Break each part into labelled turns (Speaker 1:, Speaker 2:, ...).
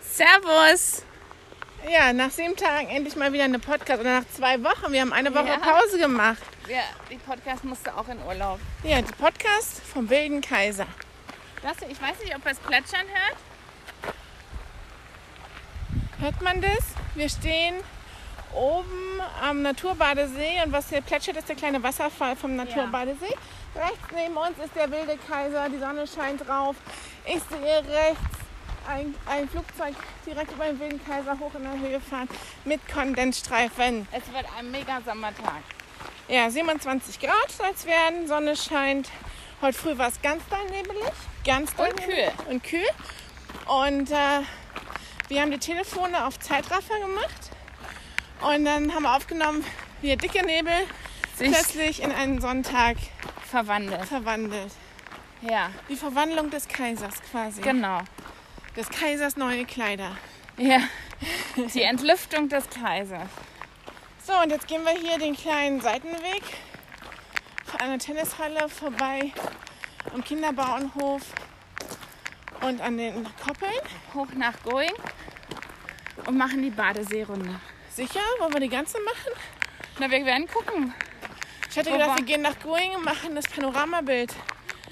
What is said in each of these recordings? Speaker 1: Servus.
Speaker 2: Ja, nach sieben Tagen endlich mal wieder eine Podcast oder nach zwei Wochen. Wir haben eine Woche
Speaker 1: Ja.
Speaker 2: Pause gemacht.
Speaker 1: Ja, die Podcast musste auch in Urlaub.
Speaker 2: Ja, die Podcast vom Wilden Kaiser.
Speaker 1: Das, ich weiß nicht, ob man es plätschern hört.
Speaker 2: Hört man das? Wir stehen oben am Naturbadesee und was hier plätschert, ist der kleine Wasserfall vom Naturbadesee. Rechts neben uns ist der Wilde Kaiser, die Sonne scheint drauf. Ich sehe rechts ein, ein Flugzeug direkt über den Wilden Kaiser hoch in der Höhe fahren mit Kondensstreifen.
Speaker 1: Es wird ein mega Sommertag.
Speaker 2: Ja, 27 Grad soll es werden, Sonne scheint. Heute früh war es ganz doll nebelig. Ganz doll
Speaker 1: Und
Speaker 2: nebelig Und kühl. Und äh, wir haben die Telefone auf Zeitraffer gemacht. Und dann haben wir aufgenommen, wie der dicke Nebel
Speaker 1: Sich
Speaker 2: plötzlich in einen Sonntag
Speaker 1: verwandelt.
Speaker 2: verwandelt.
Speaker 1: Ja,
Speaker 2: Die Verwandlung des Kaisers quasi.
Speaker 1: genau.
Speaker 2: Des Kaisers neue Kleider.
Speaker 1: Ja. Die Entlüftung des Kaisers.
Speaker 2: So, und jetzt gehen wir hier den kleinen Seitenweg an der Tennishalle vorbei am Kinderbauernhof und an den Koppeln.
Speaker 1: Hoch nach Going und machen die Badeseerunde.
Speaker 2: Sicher? Wollen wir die ganze machen?
Speaker 1: Na, wir werden gucken.
Speaker 2: Ich hätte
Speaker 1: Wo
Speaker 2: gedacht,
Speaker 1: war-
Speaker 2: wir gehen nach Going und machen das Panoramabild.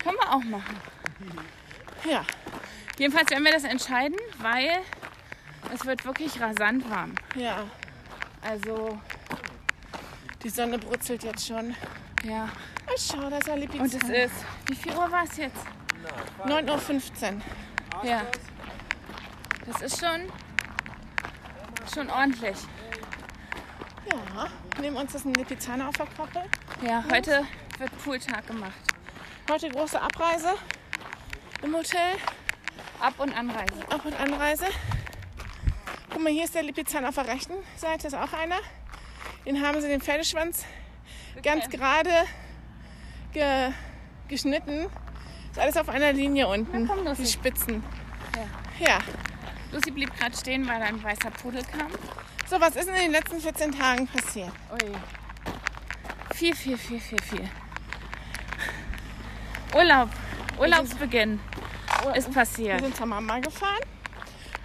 Speaker 1: Können wir auch machen.
Speaker 2: Ja,
Speaker 1: Jedenfalls werden wir das entscheiden, weil es wird wirklich rasant warm.
Speaker 2: ja.
Speaker 1: Also,
Speaker 2: Die Sonne brutzelt jetzt schon.
Speaker 1: ja.
Speaker 2: Und schau, da ist ja
Speaker 1: Und es ist, wie viel Uhr war es jetzt?
Speaker 2: 9.15 Uhr.
Speaker 1: Ja. Das ist schon, schon ordentlich.
Speaker 2: Ja, nehmen uns das eine Lipizzaner auf der Koppel.
Speaker 1: Ja, heute wird Pooltag gemacht.
Speaker 2: Heute große Abreise im Hotel.
Speaker 1: Ab- und Anreise.
Speaker 2: Ab- und Anreise. Guck mal, hier ist der Lipizan auf der rechten Seite, ist auch einer. Den haben sie den Pferdeschwanz ganz gerade ge geschnitten. Ist alles auf einer Linie unten,
Speaker 1: Na komm, Lucy.
Speaker 2: die Spitzen. Ja.
Speaker 1: Lucy blieb gerade stehen, weil da ein weißer Pudel kam.
Speaker 2: So, was ist in den letzten 14 Tagen passiert?
Speaker 1: Ui. Viel, viel, viel, viel, viel. Urlaub. Urlaubsbeginn ist
Speaker 2: Wir
Speaker 1: passiert.
Speaker 2: sind zur Mama gefahren,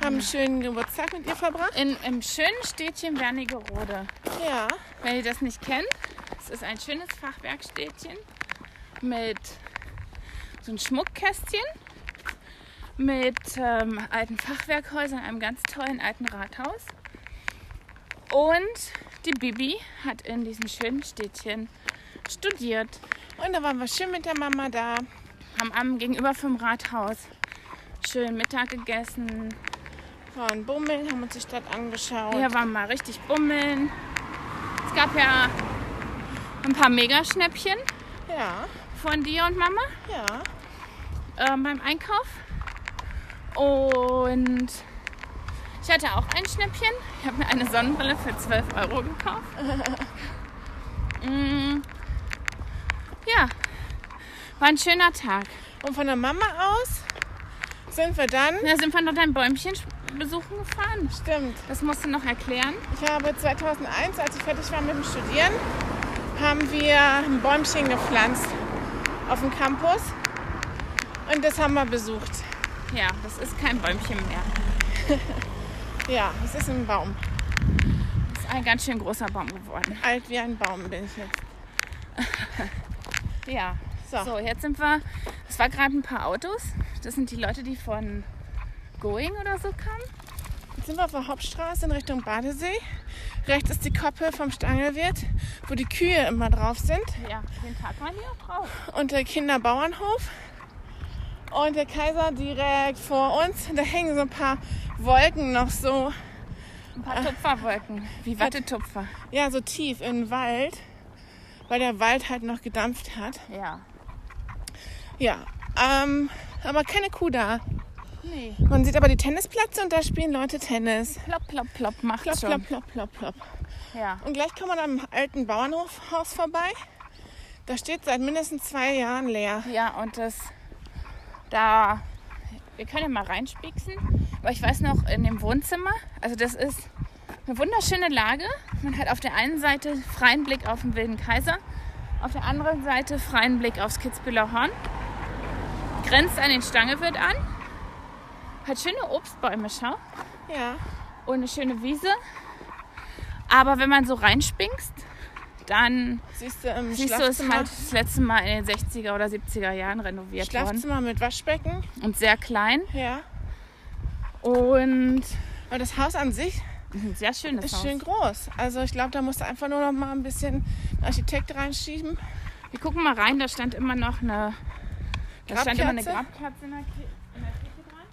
Speaker 2: haben einen schönen Geburtstag mit ihr verbracht.
Speaker 1: In, Im schönen Städtchen Wernigerode.
Speaker 2: Ja.
Speaker 1: Wenn ihr das nicht kennt, es ist ein schönes Fachwerkstädtchen mit so einem Schmuckkästchen, mit ähm, alten Fachwerkhäusern, einem ganz tollen alten Rathaus. Und die Bibi hat in diesem schönen Städtchen studiert,
Speaker 2: Und da waren wir schön mit der Mama da.
Speaker 1: haben am gegenüber vom Rathaus schön Mittag gegessen.
Speaker 2: Waren bummeln, haben uns die Stadt angeschaut.
Speaker 1: Hier waren mal richtig bummeln. Es gab ja ein paar Megaschnäppchen
Speaker 2: Ja,
Speaker 1: von dir und Mama.
Speaker 2: ja.
Speaker 1: ähm, beim Einkauf. Und ich hatte auch ein Schnäppchen. Ich habe mir eine Sonnenbrille für 12 Euro gekauft. Mm, ja, war ein schöner Tag.
Speaker 2: Und von der Mama aus sind wir dann
Speaker 1: Da sind wir noch ein Bäumchen sch- besuchen gefahren.
Speaker 2: Stimmt.
Speaker 1: Das musst du noch erklären.
Speaker 2: Ich habe 2001, als ich fertig war mit dem Studieren, haben wir ein Bäumchen gepflanzt auf dem Campus. Und das haben wir besucht.
Speaker 1: Ja, das ist kein Bäumchen mehr.
Speaker 2: Ja, es ist ein Baum.
Speaker 1: Das ist ein ganz schön großer Baum geworden.
Speaker 2: Alt wie ein Baum bin ich jetzt.
Speaker 1: Ja.
Speaker 2: So.
Speaker 1: So, jetzt sind wir. Es war gerade ein paar Autos. Das sind die Leute, die von Going oder so kamen.
Speaker 2: Jetzt sind wir auf der Hauptstraße in Richtung Badesee. Rechts ist die Koppel vom Stangelwirt, wo die Kühe immer drauf sind.
Speaker 1: Ja, den Tag waren die auch drauf.
Speaker 2: Und der Kinderbauernhof. Und der Kaiser direkt vor uns. Da hängen so ein paar Wolken noch so
Speaker 1: Ein paar Tupferwolken. Wie Wattetupfer.
Speaker 2: Ja, so tief in den Wald, weil der Wald halt noch gedampft hat.
Speaker 1: Ja.
Speaker 2: Ja, ähm, aber keine Kuh da.
Speaker 1: Nee.
Speaker 2: Man sieht aber die Tennisplätze und da spielen Leute Tennis.
Speaker 1: Plopp, plopp, plopp macht
Speaker 2: Plopp,
Speaker 1: schon.
Speaker 2: plopp, plopp, plopp, plopp.
Speaker 1: Ja.
Speaker 2: Und gleich kommt man am alten Bauernhofhaus vorbei. Da steht seit mindestens zwei Jahren leer.
Speaker 1: ja, und das da. Wir können ja mal reinspieksen. Aber ich weiß noch, in dem Wohnzimmer, also das ist eine wunderschöne Lage. Man hat auf der einen Seite freien Blick auf den Wilden Kaiser, auf der anderen Seite freien Blick aufs Kitzbüheler Horn. Grenzt an den Stangewirt an. Hat schöne Obstbäume, schau.
Speaker 2: Ja.
Speaker 1: und eine schöne Wiese. Aber wenn man so reinspringst, dann
Speaker 2: Siehst du im
Speaker 1: siehst du, ist
Speaker 2: Schlafzimmer,
Speaker 1: halt das letzte Mal in den 60er oder 70er Jahren renoviert worden
Speaker 2: Schlafzimmer mit Waschbecken.
Speaker 1: und sehr klein
Speaker 2: Ja.
Speaker 1: und
Speaker 2: Aber das Haus an sich
Speaker 1: ein sehr schönes
Speaker 2: ist
Speaker 1: Haus.
Speaker 2: schön groß. Also ich glaube, da musst du einfach nur noch mal ein bisschen einen Architekt reinschieben.
Speaker 1: Wir gucken mal rein, da stand immer noch eine, da stand immer eine
Speaker 2: Grabkerze?
Speaker 1: Grabkatze in der, Ki- in der Kirche dran.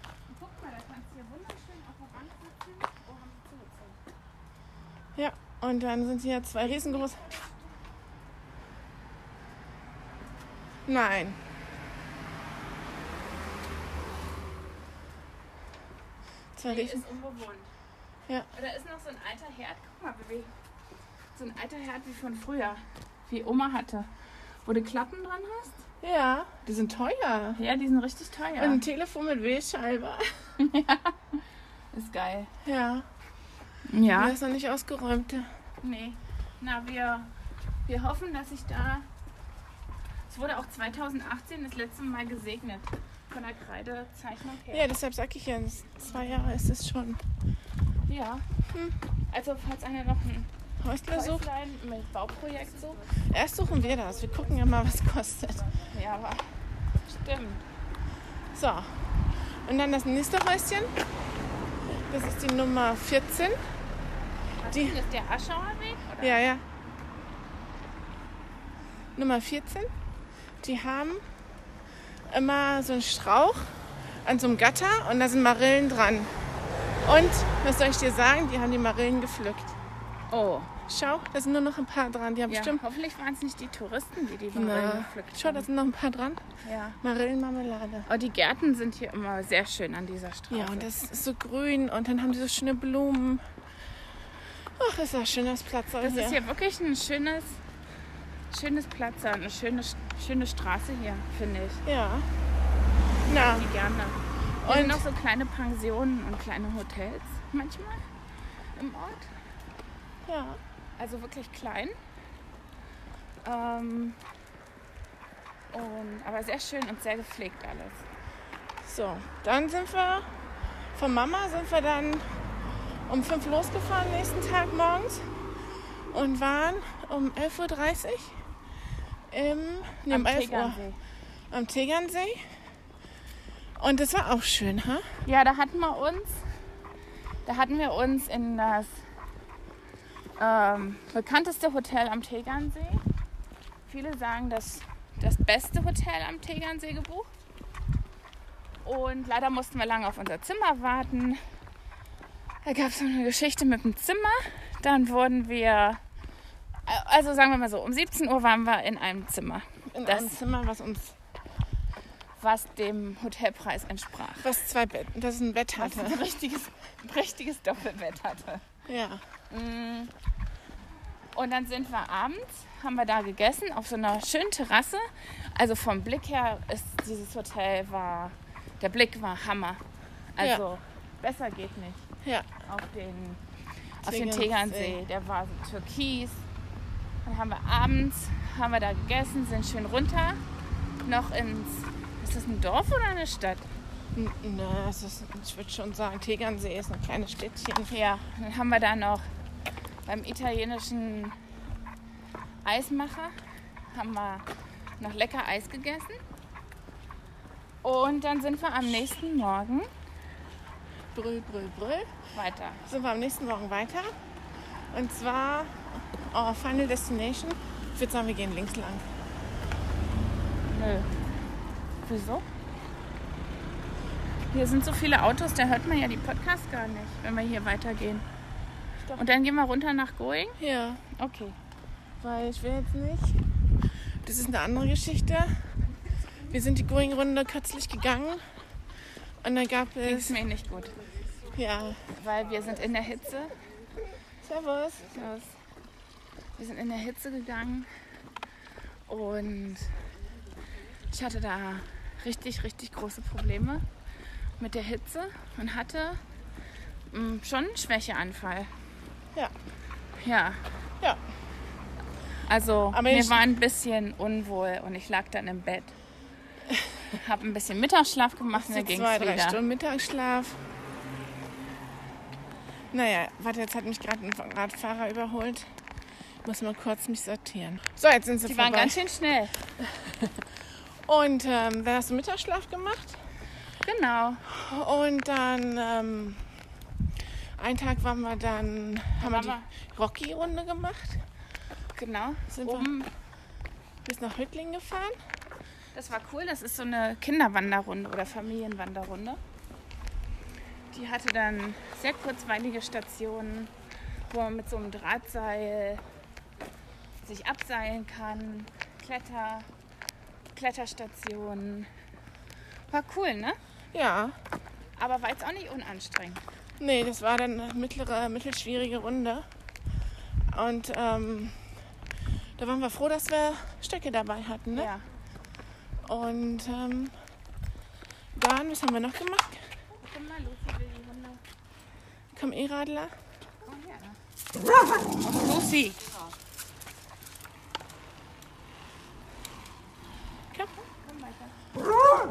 Speaker 1: Und Guck mal, da kannst du hier wunderschön auf der Bank sitzen. Oh, haben sie zugezogen.
Speaker 2: Ja. Und dann sind hier zwei riesengroße. Nein. Zwei
Speaker 1: Die
Speaker 2: riesen.
Speaker 1: ist unbewohnt.
Speaker 2: Ja.
Speaker 1: Und da ist noch so ein alter Herd. Guck mal, Baby. So ein alter Herd wie von früher. Wie Oma hatte. Wo du Klappen dran hast.
Speaker 2: Ja. Die sind teuer.
Speaker 1: Ja, die sind richtig teuer.
Speaker 2: Und ein Telefon mit Wählscheibe.
Speaker 1: ist geil.
Speaker 2: Ja.
Speaker 1: Ja.
Speaker 2: Das ist noch nicht ausgeräumt.
Speaker 1: Nee. Na, wir, wir hoffen, dass ich da. Es wurde auch 2018 das letzte Mal gesegnet. Von der Kreidezeichnung
Speaker 2: Ja,
Speaker 1: her.
Speaker 2: deshalb sag ich ja, in zwei Jahre ist es schon.
Speaker 1: Ja. Also, falls einer noch ein
Speaker 2: Häusler sucht.
Speaker 1: Häuslein mit Bauprojekt sucht.
Speaker 2: Erst suchen wir das. Wir gucken ja mal, was kostet.
Speaker 1: Ja, aber. Stimmt.
Speaker 2: So. Und dann das nächste Häuschen. Das ist die Nummer 14.
Speaker 1: Was
Speaker 2: Die-
Speaker 1: ist denn das? Der Aschauer Weg? Oder?
Speaker 2: Ja, ja. Nummer 14. Die haben immer so einen Strauch an so einem Gatter und da sind Marillen dran. Und was soll ich dir sagen? Die haben die Marillen gepflückt.
Speaker 1: Oh.
Speaker 2: Schau, da sind nur noch ein paar dran. Die haben
Speaker 1: Ja,
Speaker 2: bestimmt.
Speaker 1: hoffentlich waren es nicht die Touristen, die die Marillen
Speaker 2: Na,
Speaker 1: gepflückt
Speaker 2: schau, da
Speaker 1: haben.
Speaker 2: sind noch ein paar dran.
Speaker 1: Ja.
Speaker 2: Marillenmarmelade.
Speaker 1: Aber die Gärten sind hier immer sehr schön an dieser Straße.
Speaker 2: Ja, und das ist so grün und dann haben die so schöne Blumen. Ach, ist ja ein schönes Platz
Speaker 1: Das
Speaker 2: hier.
Speaker 1: ist hier wirklich ein schönes, schönes Platz, eine schöne, schöne Straße hier, finde ich.
Speaker 2: Ja. Na,
Speaker 1: Die gerne. Hier
Speaker 2: und
Speaker 1: sind noch so kleine Pensionen und kleine Hotels manchmal im Ort.
Speaker 2: ja.
Speaker 1: Also wirklich klein. Ähm, und, aber sehr schön und sehr gepflegt alles.
Speaker 2: So, dann sind wir von Mama sind wir dann um 5 losgefahren nächsten Tag morgens und waren um 11.30 Uhr im, nee, um 11 Uhr
Speaker 1: Tegernsee.
Speaker 2: am Tegernsee. Und das war auch schön, ha?
Speaker 1: Ja, da hatten wir uns, da hatten wir uns in das ähm, bekannteste Hotel am Tegernsee. Viele sagen, das das beste Hotel am Tegernsee gebucht. Und leider mussten wir lange auf unser Zimmer warten. Da gab es eine Geschichte mit dem Zimmer. Dann wurden wir, also sagen wir mal so, um 17 Uhr waren wir in einem Zimmer,
Speaker 2: In
Speaker 1: Das-
Speaker 2: einem Zimmer, was uns
Speaker 1: was dem Hotelpreis entsprach.
Speaker 2: was zwei Betten, das ein Bett
Speaker 1: Was
Speaker 2: hatte.
Speaker 1: ein richtiges, ein richtiges Doppelbett hatte.
Speaker 2: Ja.
Speaker 1: Mm. Und dann sind wir abends, haben wir da gegessen auf so einer schönen Terrasse. Also vom Blick her ist dieses Hotel war, der Blick war Hammer. Also besser geht nicht
Speaker 2: Ja.
Speaker 1: auf den, auf den
Speaker 2: Tegernsee.
Speaker 1: Tegernsee. Der war so türkis. Dann haben wir abends, haben wir da gegessen, sind schön runter, noch ins, ist das ein Dorf oder eine Stadt?
Speaker 2: N- Na, es ist, ich würde schon sagen, Tegernsee ist ein kleines Städtchen.
Speaker 1: Ja, dann haben wir da noch beim italienischen Eismacher haben wir noch lecker Eis gegessen. Und dann sind wir am nächsten Morgen
Speaker 2: Brüll, brüll, brüll.
Speaker 1: weiter.
Speaker 2: Sind wir am nächsten Morgen weiter. Und zwar oh, Final Destination. Ich würde sagen, wir gehen links lang.
Speaker 1: Nö. Wieso? Hier sind so viele Autos, da hört man ja die Podcasts gar nicht, wenn wir hier weitergehen.
Speaker 2: Stopp.
Speaker 1: Und dann gehen wir runter nach Going?
Speaker 2: Ja,
Speaker 1: Okay.
Speaker 2: weil ich will jetzt nicht. Das ist eine andere Geschichte. Wir sind die Going-Runde kürzlich gegangen. Und dann gab
Speaker 1: Ist
Speaker 2: es.
Speaker 1: mir nicht gut,
Speaker 2: Ja.
Speaker 1: weil wir sind in der Hitze.
Speaker 2: Servus.
Speaker 1: Servus. Wir sind in der Hitze gegangen und ich hatte da richtig, richtig große Probleme mit der Hitze und hatte mm, schon einen Schwächeanfall.
Speaker 2: Ja.
Speaker 1: Ja.
Speaker 2: Ja.
Speaker 1: Also
Speaker 2: Aber
Speaker 1: mir
Speaker 2: ich-
Speaker 1: war ein bisschen unwohl und ich lag dann im Bett. habe ein bisschen Mittagsschlaf gemacht und
Speaker 2: So
Speaker 1: dann ging
Speaker 2: zwei,
Speaker 1: es
Speaker 2: drei
Speaker 1: wieder.
Speaker 2: Stunden Mittagsschlaf. Naja, warte, jetzt hat mich gerade ein Radfahrer überholt. Muss mal kurz mich sortieren. So, jetzt sind sie
Speaker 1: Die waren
Speaker 2: vorbei.
Speaker 1: ganz schön schnell.
Speaker 2: Und ähm, dann hast du Mittagsschlaf gemacht.
Speaker 1: Genau.
Speaker 2: Und dann ähm, einen Tag waren wir dann, haben wir
Speaker 1: waren
Speaker 2: die Rocky-Runde gemacht.
Speaker 1: Genau.
Speaker 2: Sind wir
Speaker 1: Oben,
Speaker 2: bis nach Hüttlingen gefahren.
Speaker 1: das war cool. Das ist so eine Kinderwanderrunde oder Familienwanderrunde. Die hatte dann sehr kurzweilige Stationen, wo man mit so einem Drahtseil sich abseilen kann. Kletter, Kletterstationen. War cool, ne?
Speaker 2: Ja,
Speaker 1: Aber war jetzt auch nicht unanstrengend.
Speaker 2: Nee, das war dann eine mittlere, mittelschwierige Runde. Und ähm, da waren wir froh, dass wir Stöcke dabei hatten. Ne?
Speaker 1: Ja.
Speaker 2: Und ähm, dann, was haben wir noch gemacht?
Speaker 1: Guck mal, Lucy will die Hunde.
Speaker 2: Komm, E-Radler.
Speaker 1: Oh, ja. Lucy.
Speaker 2: Komm.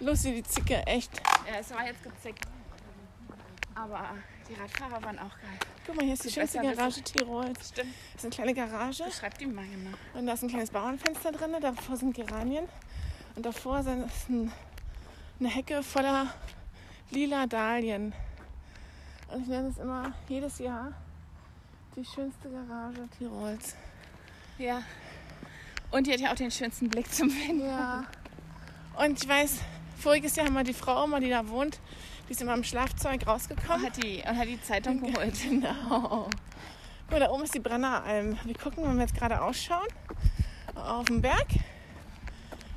Speaker 2: Lucy, die Zicke, echt.
Speaker 1: Ja, es war jetzt gezickt. Aber die Radfahrer waren auch geil.
Speaker 2: Guck mal, hier ist die
Speaker 1: Gut,
Speaker 2: schönste
Speaker 1: besser,
Speaker 2: Garage Tirols.
Speaker 1: Stimmt.
Speaker 2: Das ist eine kleine Garage
Speaker 1: Schreibt ihm mal genau.
Speaker 2: und da ist ein kleines Bauernfenster drin. Davor sind Geranien und davor sind- ist ein, eine Hecke voller lila Dahlien. Und ich nenne es immer jedes Jahr die schönste Garage Tirols.
Speaker 1: Ja. Und die hat ja auch den schönsten Blick zum Wind.
Speaker 2: Ja. Und ich weiß, voriges Jahr haben wir die Frau Oma, die da wohnt, die ist immer im Schlafzeug
Speaker 1: Und
Speaker 2: rausgekommen.
Speaker 1: hat die, und hat die Zeitung geholt.
Speaker 2: Genau. Guck mal, da oben ist die Brenneralm. Wir gucken, wenn wir jetzt gerade ausschauen, auf den Berg.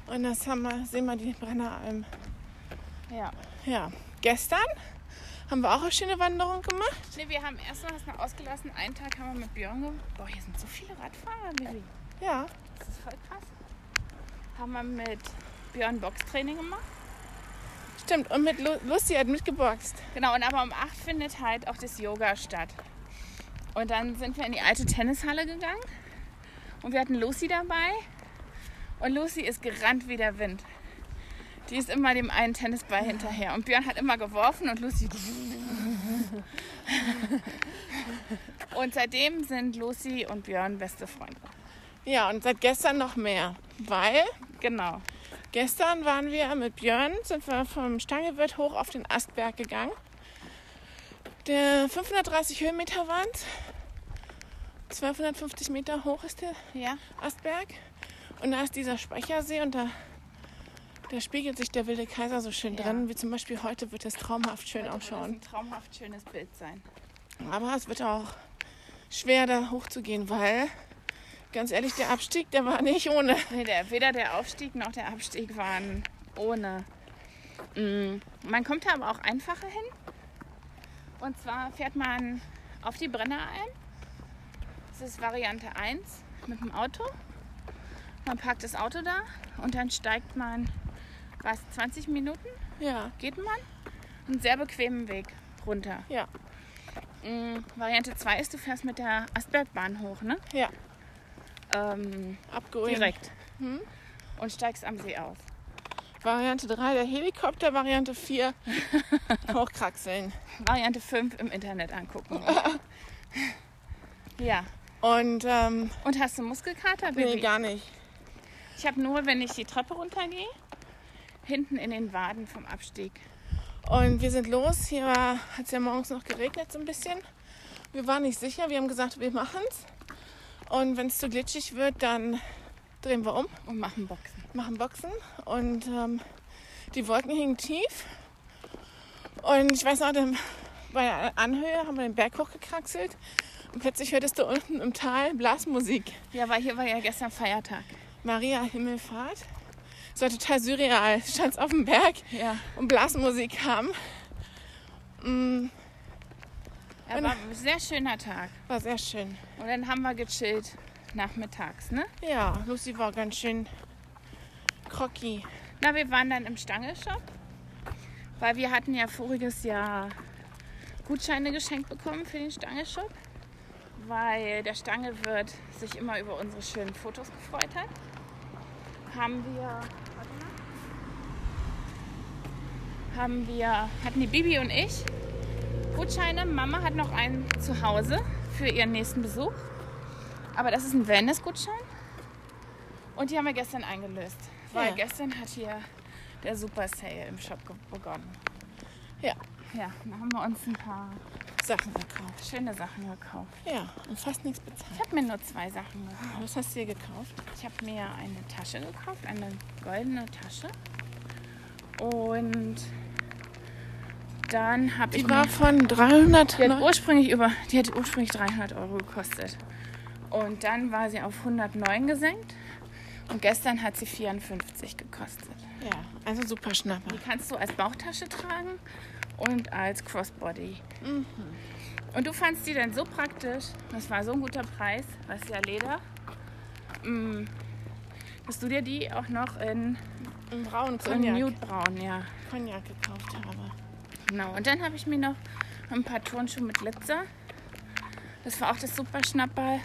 Speaker 2: Und das haben wir, sehen wir die Brenneralm.
Speaker 1: Ja.
Speaker 2: Ja, gestern haben wir auch eine schöne Wanderung gemacht.
Speaker 1: Nee, wir haben erst noch was mal ausgelassen. Einen Tag haben wir mit Björn ge... Boah, hier sind so viele Radfahrer, Lilly.
Speaker 2: Ja,
Speaker 1: Das ist voll krass. Haben wir mit Björn Boxtraining gemacht.
Speaker 2: stimmt. Und mit Lu Lucy hat mitgeboxt.
Speaker 1: Genau, und aber um 8 findet halt auch das Yoga statt. Und dann sind wir in die alte Tennishalle gegangen und wir hatten Lucy dabei. Und Lucy ist gerannt wie der Wind. Die ist immer dem einen Tennisball hinterher. Und Björn hat immer geworfen und Lucy. und seitdem sind Lucy und Björn beste Freunde.
Speaker 2: Ja, und seit gestern noch mehr. Weil
Speaker 1: Genau.
Speaker 2: Gestern waren wir mit Björn, sind wir vom Stangewirt hoch auf den Astberg gegangen. Der 530 Höhenmeter waren 1250 Meter hoch ist der
Speaker 1: Ja.
Speaker 2: Astberg. Und da ist dieser Speichersee und da, da spiegelt sich der wilde Kaiser so schön
Speaker 1: Ja.
Speaker 2: drin, wie zum Beispiel heute wird es traumhaft schön
Speaker 1: Heute wird Das
Speaker 2: ausschauen.
Speaker 1: ein traumhaft schönes Bild sein.
Speaker 2: Aber es wird auch schwer, da hochzugehen, weil, ganz ehrlich, der Abstieg, der war nicht ohne.
Speaker 1: Weder, weder der Aufstieg noch der Abstieg waren ohne. Mm, Man kommt da aber auch einfacher hin. Und zwar fährt man auf die Brenneralm. Das ist Variante 1 mit dem Auto. Man parkt das Auto da und dann steigt man, was, 20 Minuten
Speaker 2: Ja,
Speaker 1: geht man einen sehr bequemen Weg runter.
Speaker 2: ja,
Speaker 1: Mm, Variante 2 ist, du fährst mit der Astbergbahn hoch, ne?
Speaker 2: ja,
Speaker 1: Ähm,
Speaker 2: abgeholt.
Speaker 1: direkt. Hm? Und steigst am See aus.
Speaker 2: Variante 3 der Helikopter, Variante 4 hochkraxeln.
Speaker 1: Variante 5 im Internet angucken. ja.
Speaker 2: Und ähm,
Speaker 1: Und hast du Muskelkater, Baby?
Speaker 2: nee, gar nicht.
Speaker 1: ich habe nur, wenn ich die Treppe runtergehe, hinten in den Waden vom Abstieg.
Speaker 2: Und wir sind los. Hier hat es ja morgens noch geregnet so ein bisschen. Wir waren nicht sicher. Wir haben gesagt, wir machen's. Und wenn es zu glitschig wird, dann drehen wir um,
Speaker 1: Und machen Boxen.
Speaker 2: machen Boxen. Und ähm, die Wolken hingen tief. Und ich weiß noch, dem, bei der Anhöhe haben wir den Berg hochgekraxelt. Und plötzlich hörtest du unten im Tal Blasmusik.
Speaker 1: Ja, weil hier war ja gestern Feiertag.
Speaker 2: Maria Himmelfahrt. Es war total surreal. Du standst auf dem Berg
Speaker 1: Ja.
Speaker 2: und Blasmusik kam. Mm,
Speaker 1: Er war ein sehr schöner Tag.
Speaker 2: war sehr schön.
Speaker 1: Und dann haben wir gechillt nachmittags, ne?
Speaker 2: Ja, Lucy war ganz schön krocki.
Speaker 1: Na, wir waren dann im Stangelshop, weil wir hatten ja voriges Jahr Gutscheine geschenkt bekommen für den Stangelshop, weil der Stangewirt sich immer über unsere schönen Fotos gefreut hat. haben wir. Warte mal. Haben wir, hatten die Bibi und ich Gutscheine. Mama hat noch einen zu Hause für ihren nächsten Besuch. Aber das ist ein Wellness-Gutschein. Und die haben wir gestern eingelöst. Weil
Speaker 2: Ja.
Speaker 1: gestern hat hier der Super Sale im Shop ge- begonnen.
Speaker 2: Ja,
Speaker 1: Ja, dann haben wir uns ein paar
Speaker 2: Sachen gekauft.
Speaker 1: schöne Sachen gekauft.
Speaker 2: Ja, und fast nichts bezahlt.
Speaker 1: Ich habe mir nur zwei Sachen gekauft.
Speaker 2: Was hast du dir gekauft?
Speaker 1: Ich habe mir eine Tasche gekauft, eine goldene Tasche. Und dann habe ich
Speaker 2: Die
Speaker 1: mir-
Speaker 2: war von 300.
Speaker 1: die hat ursprünglich über, die hat ursprünglich 300 Euro gekostet. Und dann war sie auf 109 gesenkt. Und gestern hat sie 54 gekostet.
Speaker 2: Ja, also super Schnapper.
Speaker 1: Die kannst du als Bauchtasche tragen und als Crossbody. Und du fandst die dann so praktisch, das war so ein guter Preis, was ja Leder, mm, dass du dir die auch noch in,
Speaker 2: Im braunen
Speaker 1: in
Speaker 2: Cognac,
Speaker 1: Nude-Braun, ja.
Speaker 2: Cognac gekauft habe.
Speaker 1: Genau. Und dann habe ich mir noch ein paar Turnschuhe mit Glitzer. Das war auch das super Schnapperl.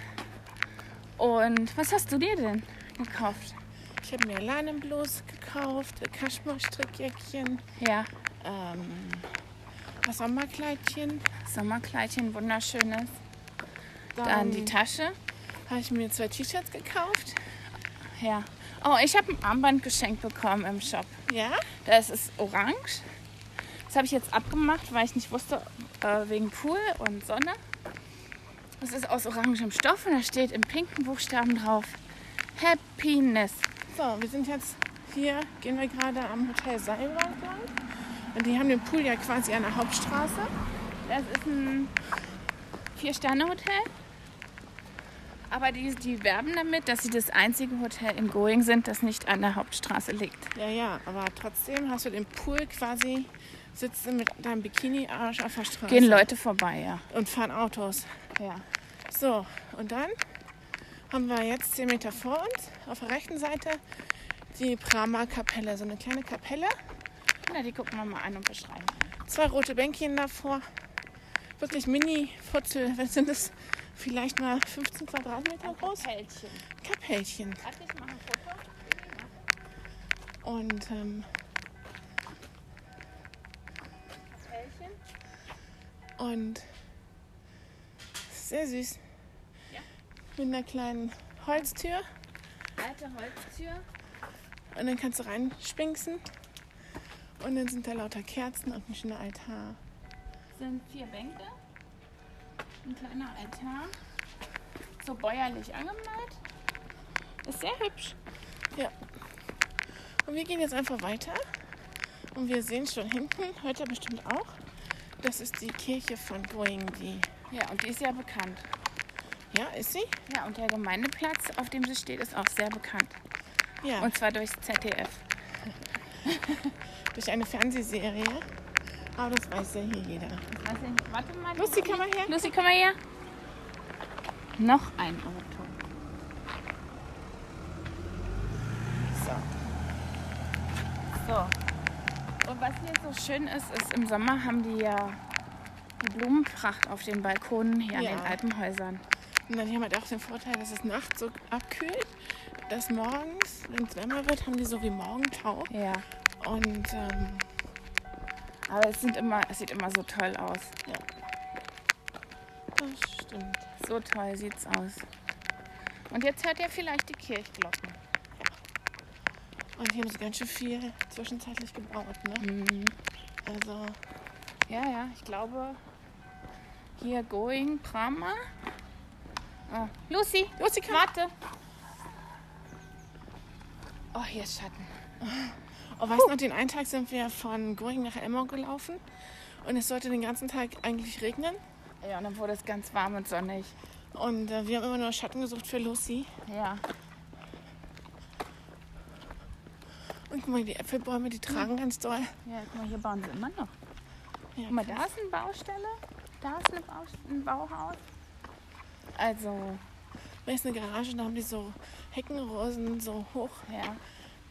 Speaker 1: Und was hast du dir denn gekauft?
Speaker 2: Ich habe mir Leinenblus gekauft, ein Kaschmir-Strickjäckchen,
Speaker 1: Ja,
Speaker 2: ähm, ein Sommerkleidchen.
Speaker 1: Sommerkleidchen, wunderschönes. Dann
Speaker 2: Dann,
Speaker 1: die Tasche.
Speaker 2: habe ich mir zwei T-Shirts gekauft.
Speaker 1: Ja. Oh, ich habe ein Armband geschenkt bekommen im Shop.
Speaker 2: Ja?
Speaker 1: Das ist orange. Das habe ich jetzt abgemacht, weil ich nicht wusste, äh, wegen Pool und Sonne. Das ist aus orangem Stoff und da steht in pinken Buchstaben drauf Happiness.
Speaker 2: So, wir sind jetzt hier, gehen wir gerade am Hotel Seilwald lang. Und die haben den Pool ja quasi an der Hauptstraße.
Speaker 1: Das ist ein Vier-Sterne-Hotel. Aber die, die werben damit, dass sie das einzige Hotel in Going sind, das nicht an der Hauptstraße liegt.
Speaker 2: Ja, ja, aber trotzdem hast du den Pool quasi, sitzt du mit deinem Bikini-Arsch auf der Straße.
Speaker 1: Gehen Leute vorbei, ja.
Speaker 2: Und fahren Autos.
Speaker 1: ja.
Speaker 2: So, und dann haben wir jetzt 10 Meter vor uns, auf der rechten Seite, die Brahma-Kapelle. So eine kleine Kapelle,
Speaker 1: Na, die gucken wir mal an und beschreiben.
Speaker 2: zwei rote Bänkchen davor. Wirklich Mini-Futzel. Was sind das? Vielleicht mal 15 Quadratmeter groß?
Speaker 1: Hältchen.
Speaker 2: Kapellchen.
Speaker 1: Warte, ich mache ein Foto.
Speaker 2: Und ähm,
Speaker 1: Hältchen.
Speaker 2: Und sehr süß.
Speaker 1: Ja.
Speaker 2: Mit einer kleinen Holztür
Speaker 1: Alte Holztür.
Speaker 2: und dann kannst du reinspinksen. Und dann sind da lauter Kerzen und ein schöner Altar.
Speaker 1: sind vier Bänke, ein kleiner Altar, so bäuerlich angemalt. Ist sehr hübsch.
Speaker 2: Und wir gehen jetzt einfach weiter. Und wir sehen schon hinten, hört ihr bestimmt auch, das ist die Kirche von Going, die.
Speaker 1: Ja, und die ist ja bekannt.
Speaker 2: Ja, ist sie?
Speaker 1: Ja, und der Gemeindeplatz, auf dem sie steht, ist auch sehr bekannt.
Speaker 2: Ja,
Speaker 1: Und zwar durchs ZDF.
Speaker 2: durch eine Fernsehserie. Aber das weiß ja hier jeder.
Speaker 1: Also, warte mal.
Speaker 2: Lucy, komm mal her.
Speaker 1: Lucy, komm mal her. Noch ein Auto.
Speaker 2: So.
Speaker 1: So. Und was hier so schön ist, ist im Sommer haben die ja die Blumenpracht auf den Balkonen hier
Speaker 2: Ja.
Speaker 1: an den Alpenhäusern.
Speaker 2: Und dann haben wir halt auch den Vorteil, dass es nachts so abkühlt, dass morgens, wenn es wärmer wird, haben die so wie Morgentau.
Speaker 1: Ja.
Speaker 2: Und ähm,
Speaker 1: Aber es, sind immer, es sieht immer so toll aus.
Speaker 2: das stimmt.
Speaker 1: So toll sieht's aus. Und jetzt hört ihr vielleicht die Kirchglocken.
Speaker 2: Und hier haben sie ganz schön viel zwischenzeitlich gebaut, ne? Also,
Speaker 1: Ja, ja, ich glaube, hier Going Prama. Oh, Lucy,
Speaker 2: Lucy, komm.
Speaker 1: warte. Oh, hier ist Schatten.
Speaker 2: Oh, weißt du noch, den einen Tag sind wir von Goring nach Elmau gelaufen und es sollte den ganzen Tag eigentlich regnen.
Speaker 1: Ja, und dann wurde es ganz warm und sonnig.
Speaker 2: Und äh, wir haben immer nur Schatten gesucht für Lucy.
Speaker 1: Ja.
Speaker 2: Und guck mal, die Äpfelbäume, die tragen ganz doll.
Speaker 1: Ja, guck mal, hier bauen sie immer noch.
Speaker 2: Ja,
Speaker 1: Mhm. Guck mal,
Speaker 2: krass.
Speaker 1: da ist eine Baustelle. Da ist eine Baust ein Bauhaus. Also,
Speaker 2: Da ist eine Garage, da haben die so Heckenrosen so hoch
Speaker 1: ja.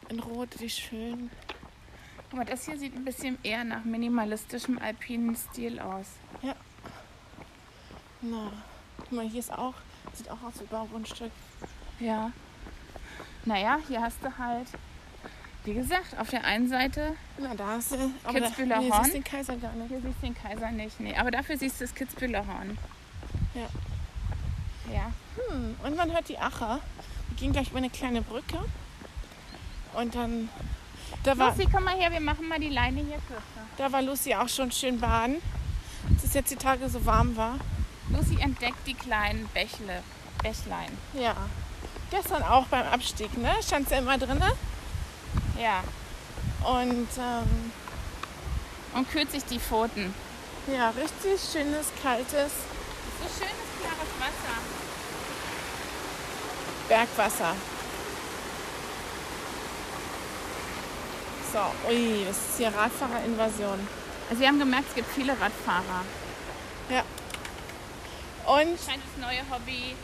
Speaker 2: in Rot, wie schön.
Speaker 1: Guck mal, das hier sieht ein bisschen eher nach minimalistischem alpinen Stil aus.
Speaker 2: Na, guck mal, hier ist auch, sieht auch aus wie Baugrundstück.
Speaker 1: Ja. Naja, hier hast du halt, wie gesagt, auf der einen Seite,
Speaker 2: Na, da ist äh, aber da,
Speaker 1: Kitzbüheler
Speaker 2: nee,
Speaker 1: Horn.
Speaker 2: siehst den Kaiser gar nicht.
Speaker 1: hier siehst du den Kaiser nicht. Nee, aber dafür siehst du das Kitzbüheler Horn.
Speaker 2: Ja.
Speaker 1: Ja.
Speaker 2: Hm, und man hört die Acher. Wir gehen gleich über eine kleine Brücke. Und dann, da war,
Speaker 1: Lucy, komm mal her, wir machen mal die Leine hier kürzer.
Speaker 2: da war Lucy auch schon schön baden. Als es jetzt die Tage so warm war.
Speaker 1: Lucy entdeckt die kleinen Bächle, Bächlein.
Speaker 2: Ja. Gestern auch beim Abstieg, ne? Stand sie immer drin.
Speaker 1: Ja.
Speaker 2: Und ähm,
Speaker 1: Und kühlt sich die Pfoten.
Speaker 2: ja, richtig schönes, kaltes
Speaker 1: So schönes, klares Wasser.
Speaker 2: Bergwasser. So, ui, das ist hier Radfahrerinvasion.
Speaker 1: Also wir haben gemerkt, es gibt viele Radfahrer.
Speaker 2: Und
Speaker 1: Scheint das neue Hobby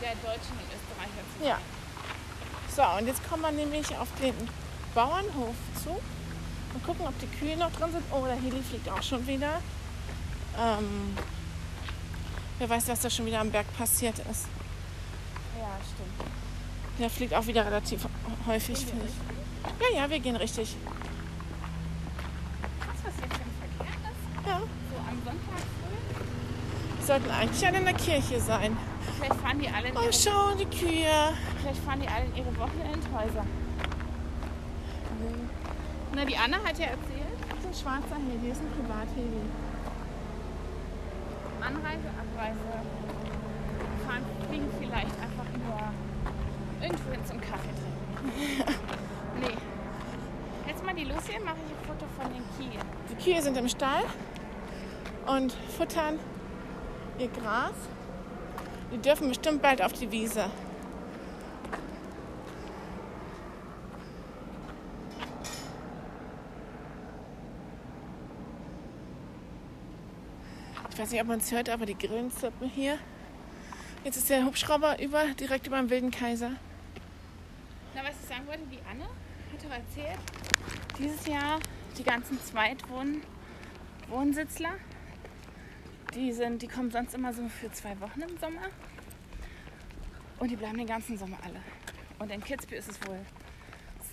Speaker 1: der Deutschen und Österreicher zu sein.
Speaker 2: Ja. So, und jetzt kommen wir nämlich auf den Bauernhof zu und gucken, ob die Kühe noch drin sind. Oh, der Heli fliegt auch schon wieder. Ähm, wer weiß, was da schon wieder am Berg passiert ist.
Speaker 1: Ja, stimmt.
Speaker 2: Der fliegt auch wieder relativ häufig, finde ich. Ja, ja, wir gehen richtig.
Speaker 1: Krass, was jetzt für ein Verkehr ist.
Speaker 2: Ja.
Speaker 1: So am Sonntag früh.
Speaker 2: Wir sollten eigentlich alle in der Kirche sein.
Speaker 1: Vielleicht fahren die alle in
Speaker 2: Oh,
Speaker 1: ihre,
Speaker 2: schau, die Kühe.
Speaker 1: vielleicht fahren die alle in ihre Wochenendhäuser. Na, die Anna hat ja erzählt,
Speaker 2: Das ist ein schwarzer Heli, das ist ein Privatheli.
Speaker 1: Anreise, Abreise, fahren, fliegen vielleicht einfach nur irgendwo hin zum Kaffee trinken. nee. Jetzt mal die Lucy, mache ich ein Foto von den Kiel.
Speaker 2: Die Kühe sind im Stall und futtern ihr Gras. Die dürfen bestimmt bald auf die Wiese. Ich weiß nicht, ob man es hört, aber die Grillen zirpen hier. Jetzt ist der Hubschrauber über, direkt über dem Wilden Kaiser.
Speaker 1: Na, was ich sagen wollte, die Anne hat doch erzählt, dieses Jahr die ganzen Zweitwohnsitzler, die, sind, die kommen sonst immer so für zwei Wochen im Sommer und die bleiben den ganzen Sommer alle. Und in Kitzbühel ist es wohl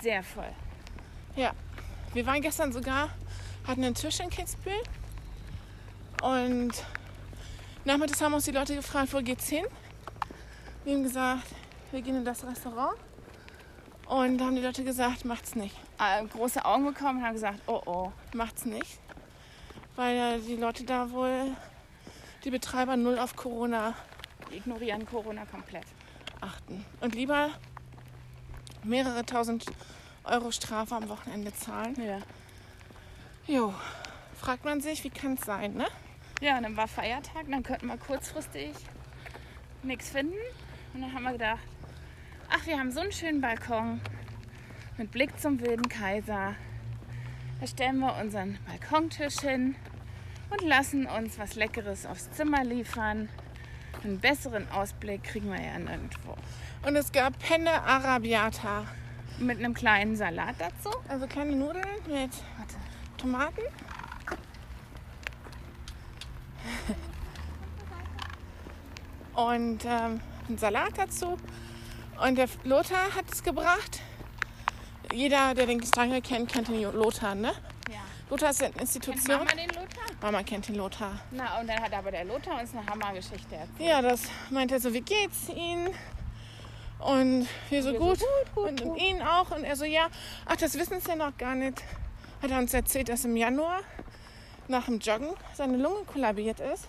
Speaker 1: sehr voll.
Speaker 2: Ja, wir waren gestern sogar, hatten einen Tisch in Kitzbühel und nachmittags haben uns die Leute gefragt, wo geht's hin? Wir haben gesagt, wir gehen in das Restaurant und da haben die Leute gesagt, macht's nicht,
Speaker 1: Äh, große Augen bekommen und haben gesagt, oh oh.
Speaker 2: macht's nicht, weil äh, die Leute da wohl, die Betreiber null auf Corona
Speaker 1: Die ignorieren Corona komplett.
Speaker 2: achten und lieber mehrere tausend Euro Strafe am Wochenende zahlen.
Speaker 1: Ja.
Speaker 2: Jo, fragt man sich, wie kann's sein, ne?
Speaker 1: Ja, und dann war Feiertag, und dann könnten wir kurzfristig nichts finden. Und dann haben wir gedacht, ach, wir haben so einen schönen Balkon mit Blick zum wilden Kaiser. Da stellen wir unseren Balkontisch hin und lassen uns was Leckeres aufs Zimmer liefern. Einen besseren Ausblick kriegen wir ja nirgendwo.
Speaker 2: Und es gab Penne Arabiata.
Speaker 1: Mit einem kleinen Salat dazu.
Speaker 2: Also kleine Nudeln mit
Speaker 1: Warte.
Speaker 2: Tomaten. Und ähm, einen Salat dazu. Und der Lothar hat es gebracht. Jeder, der den Strangle kennt, kennt den Lothar, ne?
Speaker 1: Ja.
Speaker 2: Lothar ist eine
Speaker 1: Kennt
Speaker 2: Institution.
Speaker 1: Mama den Lothar?
Speaker 2: Mama kennt den Lothar.
Speaker 1: Na, und dann hat aber der Lothar uns eine Hammergeschichte erzählt.
Speaker 2: Ja, das meint er so, wie geht's Ihnen? Und wir so,
Speaker 1: Wir so,
Speaker 2: gut.
Speaker 1: gut, gut,
Speaker 2: und
Speaker 1: gut.
Speaker 2: Ihnen auch. Und er so, ja, ach, das wissen Sie noch gar nicht. Hat er uns erzählt, dass im Januar nach dem Joggen seine Lunge kollabiert ist.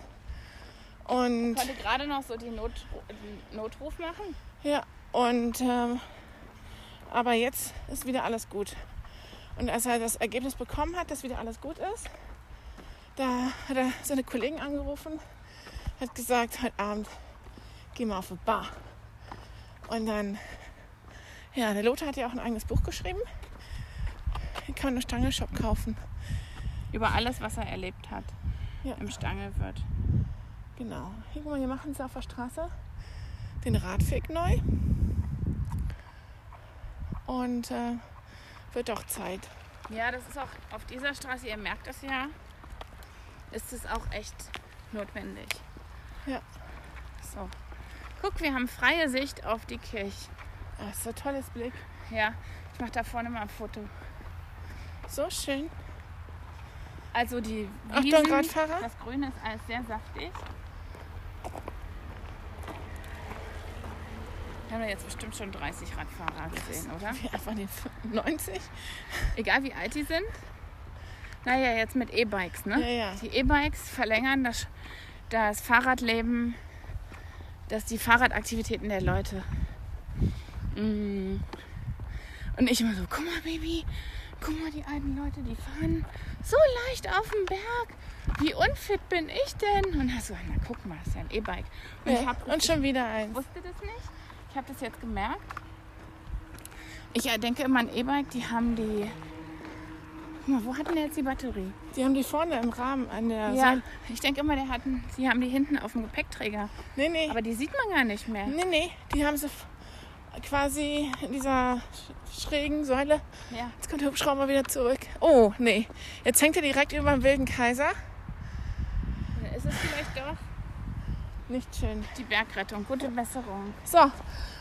Speaker 2: Und
Speaker 1: Konnte gerade noch so die Not, den Notruf machen.
Speaker 2: ja, und ähm, aber jetzt ist wieder alles gut. Und als er das Ergebnis bekommen hat, dass wieder alles gut ist, da hat er seine Kollegen angerufen, hat gesagt, heute Abend gehen wir auf eine Bar. Und dann, ja, der Lothar hat ja auch ein eigenes Buch geschrieben. Hier kann man einen Stangelshop kaufen.
Speaker 1: Über alles, was er erlebt hat.
Speaker 2: Ja.
Speaker 1: Im Stangelwirt.
Speaker 2: Genau. Hier, guck mal, hier machen sie auf der Straße den Radweg neu. Und äh, wird auch Zeit.
Speaker 1: Ja, das ist auch auf dieser Straße, ihr merkt das ja, ist es auch echt notwendig.
Speaker 2: Ja.
Speaker 1: So. Guck, wir haben freie Sicht auf die Kirche.
Speaker 2: Das ist so ein tolles Blick.
Speaker 1: Ja, ich mache da vorne mal ein Foto.
Speaker 2: So schön.
Speaker 1: Also die
Speaker 2: Achtung,
Speaker 1: Wiesen,
Speaker 2: Radfahrer.
Speaker 1: das Grüne ist alles sehr saftig. Da haben wir jetzt bestimmt schon 30 Radfahrer gesehen, oder?
Speaker 2: Einfach den 90.
Speaker 1: Egal wie alt die sind. Naja, jetzt mit E-Bikes, ne?
Speaker 2: Ja, ja.
Speaker 1: Die E-Bikes verlängern das, das Fahrradleben, das die Fahrradaktivitäten der Leute. Mm. Und ich immer so, guck mal, Baby, guck mal, die alten Leute, die fahren so leicht auf dem Berg. Wie unfit bin ich denn? Und hast so, na guck mal, das ist ja ein E-Bike. Und ich
Speaker 2: Ja,
Speaker 1: hab
Speaker 2: Und schon wieder eins.
Speaker 1: wusste das nicht. Ich habe das jetzt gemerkt. Ich äh, denke immer an E-Bike, die haben die. Guck mal, wo hatten der jetzt die Batterie?
Speaker 2: Die haben die vorne im Rahmen an der
Speaker 1: ja,
Speaker 2: Seite.
Speaker 1: ich denke immer, die hatten, die haben die hinten auf dem Gepäckträger.
Speaker 2: Nee, nee.
Speaker 1: Aber die sieht man gar nicht mehr.
Speaker 2: Nee, nee. Die haben sie f- quasi in dieser sch- schrägen Säule.
Speaker 1: Ja.
Speaker 2: Jetzt kommt der Hubschrauber wieder zurück. Oh, nee. Jetzt hängt er direkt über dem wilden Kaiser.
Speaker 1: Dann Ist es vielleicht doch
Speaker 2: Nicht schön.
Speaker 1: die Bergrettung? Gute Besserung.
Speaker 2: So.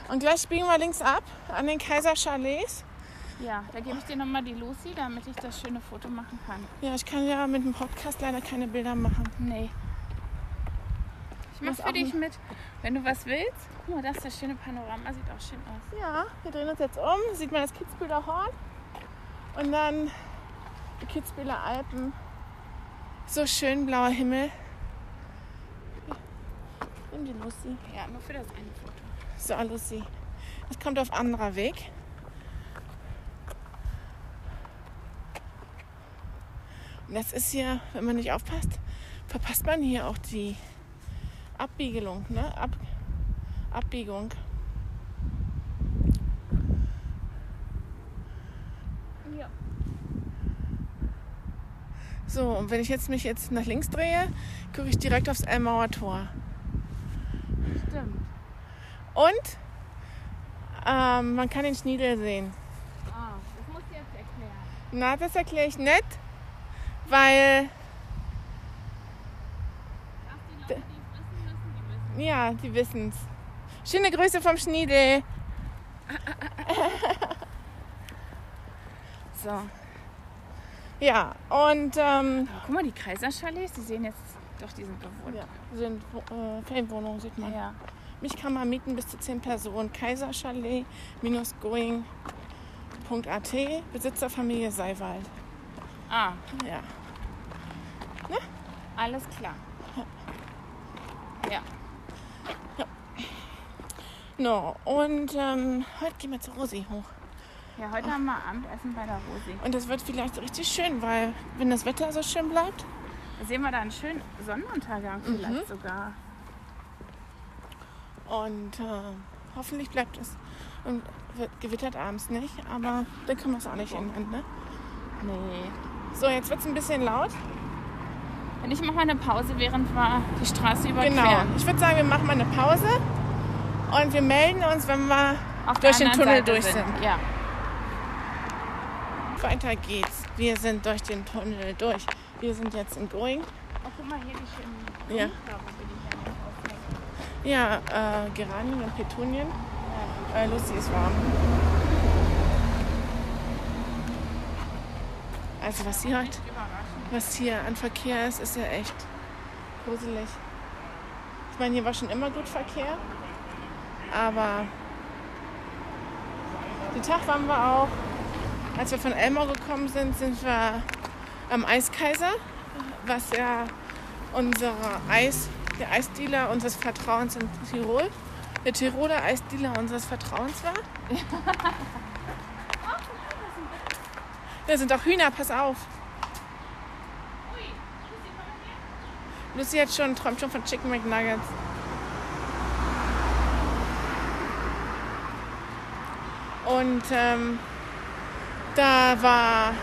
Speaker 2: Und gleich biegen wir links ab an den Kaiser Chalets.
Speaker 1: Ja, da gebe ich dir nochmal die Lucy, damit ich das schöne Foto machen kann.
Speaker 2: Ja, ich kann ja mit dem Podcast leider keine Bilder machen.
Speaker 1: Nee. Ich
Speaker 2: muss
Speaker 1: mach's für
Speaker 2: auch
Speaker 1: dich mit. Wenn du was willst, guck mal, das ist das schöne Panorama, sieht auch schön aus.
Speaker 2: Ja, wir drehen uns jetzt um. Sieht man das Kitzbüheler Horn. Und dann die Kitzbüheler Alpen. So schön blauer Himmel. Nimm die Lucy.
Speaker 1: Ja, nur für das eine Foto.
Speaker 2: So, Lucy. Es kommt auf anderer Weg. Und das ist hier, wenn man nicht aufpasst, verpasst man hier auch die Abbiegelung, ne? Ab Abbiegung.
Speaker 1: Ja.
Speaker 2: So, und wenn ich jetzt mich jetzt nach links drehe, gucke ich direkt aufs Elmauer Tor.
Speaker 1: Stimmt.
Speaker 2: Und ähm, man kann den Schniedel sehen.
Speaker 1: Ah, das musst du jetzt erklären.
Speaker 2: Na, das erkläre ich nicht, weil
Speaker 1: Ach, die Leute, die es wissen müssen, die wissen.
Speaker 2: Ja, die wissen's. Schöne Grüße vom Schniedel.
Speaker 1: So.
Speaker 2: Ja, und ähm,
Speaker 1: Guck mal, die Kaiserchalets, die sehen jetzt doch, die sind bewohnt.
Speaker 2: ja, sind äh, Ferienwohnungen, sieht man.
Speaker 1: Ja.
Speaker 2: Mich kann man mieten bis zu 10 Personen. Kaiserchalet-going.at Besitzerfamilie Seiwald.
Speaker 1: Ah,
Speaker 2: Ja.
Speaker 1: alles klar. Ja.
Speaker 2: No, und ähm, heute gehen wir zu Rosi hoch.
Speaker 1: Ja, heute haben wir Abendessen bei der Rosi.
Speaker 2: Und das wird vielleicht richtig schön, weil wenn das Wetter so schön bleibt,
Speaker 1: Da sehen wir da einen schönen Sonnenuntergang
Speaker 2: Mhm.
Speaker 1: vielleicht sogar.
Speaker 2: Und äh, hoffentlich bleibt es. Und wird gewittert abends nicht, aber dann können wir es auch nicht ändern. Ne?
Speaker 1: Nee.
Speaker 2: So, jetzt wird es ein bisschen laut.
Speaker 1: Und ich mache mal eine Pause, während wir die Straße
Speaker 2: Genau.
Speaker 1: überqueren.
Speaker 2: Ich würde sagen, wir machen mal eine Pause und wir melden uns, wenn wir
Speaker 1: Auf
Speaker 2: Durch
Speaker 1: der
Speaker 2: den
Speaker 1: anderen
Speaker 2: Tunnel
Speaker 1: Seite
Speaker 2: durch
Speaker 1: sind. Ja.
Speaker 2: weiter geht's. Wir sind durch den Tunnel durch. Wir sind jetzt in Going.
Speaker 1: Oh, guck mal hier die schönen
Speaker 2: Ja.
Speaker 1: Blumenfarben, die die hier aufhängen.
Speaker 2: Ja, äh, Geranien und Petunien. Äh, Lucy ist warm. Also was hier heute
Speaker 1: Überraschend.
Speaker 2: was hier an Verkehr ist, ist ja echt gruselig. Ich meine, hier war schon immer gut Verkehr, aber den Tag waren wir auch, als wir von Elmau gekommen sind, sind wir am Eiskaiser, was ja unsere Eis, der Eisdealer unseres Vertrauens in Tirol, der Tiroler Eisdealer unseres Vertrauens war. Da sind auch Hühner, pass auf. Lucy hat schon, träumt schon von Chicken McNuggets. Und ähm, da war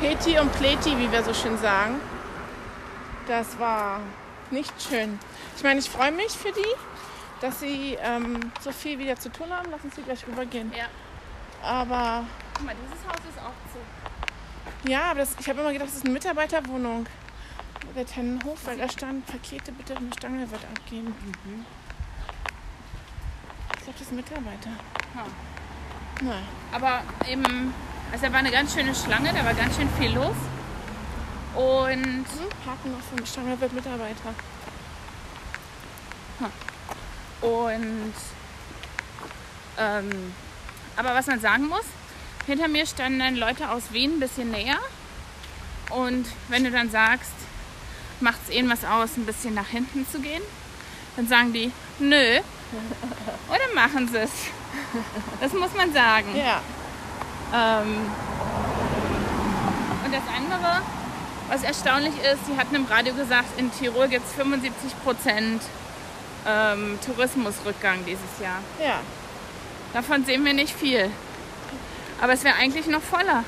Speaker 2: Peti und Pleti, wie wir so schön sagen. Das war nicht schön. Ich meine, ich freue mich für die, dass sie ähm, so viel wieder zu tun haben. Lass uns hier gleich rübergehen.
Speaker 1: Ja.
Speaker 2: Aber
Speaker 1: Guck mal, dieses Haus ist auch zu.
Speaker 2: ja, aber das, ich habe immer gedacht, das ist eine Mitarbeiterwohnung. Der Tannenhof, weil da stand, Pakete bitte eine Stange wird abgeben. Ich glaube, das sind Mitarbeiter. Na,
Speaker 1: Aber eben, also da war eine ganz schöne Schlange, da war ganz schön viel los. Und
Speaker 2: hm, Parken noch vom Stanger wird Mitarbeiter.
Speaker 1: Und ähm, aber was man sagen muss, hinter mir standen dann Leute aus Wien ein bisschen näher. Und wenn du dann sagst, macht es ihnen was aus, ein bisschen nach hinten zu gehen, dann sagen die, nö. Oder machen sie es. Das muss man sagen.
Speaker 2: Ja.
Speaker 1: Ähm, und das andere, was erstaunlich ist, sie hatten im Radio gesagt, in Tirol gibt es 75 Prozent ähm, Tourismusrückgang dieses Jahr.
Speaker 2: Ja.
Speaker 1: Davon sehen wir nicht viel. Aber es wäre eigentlich noch voller.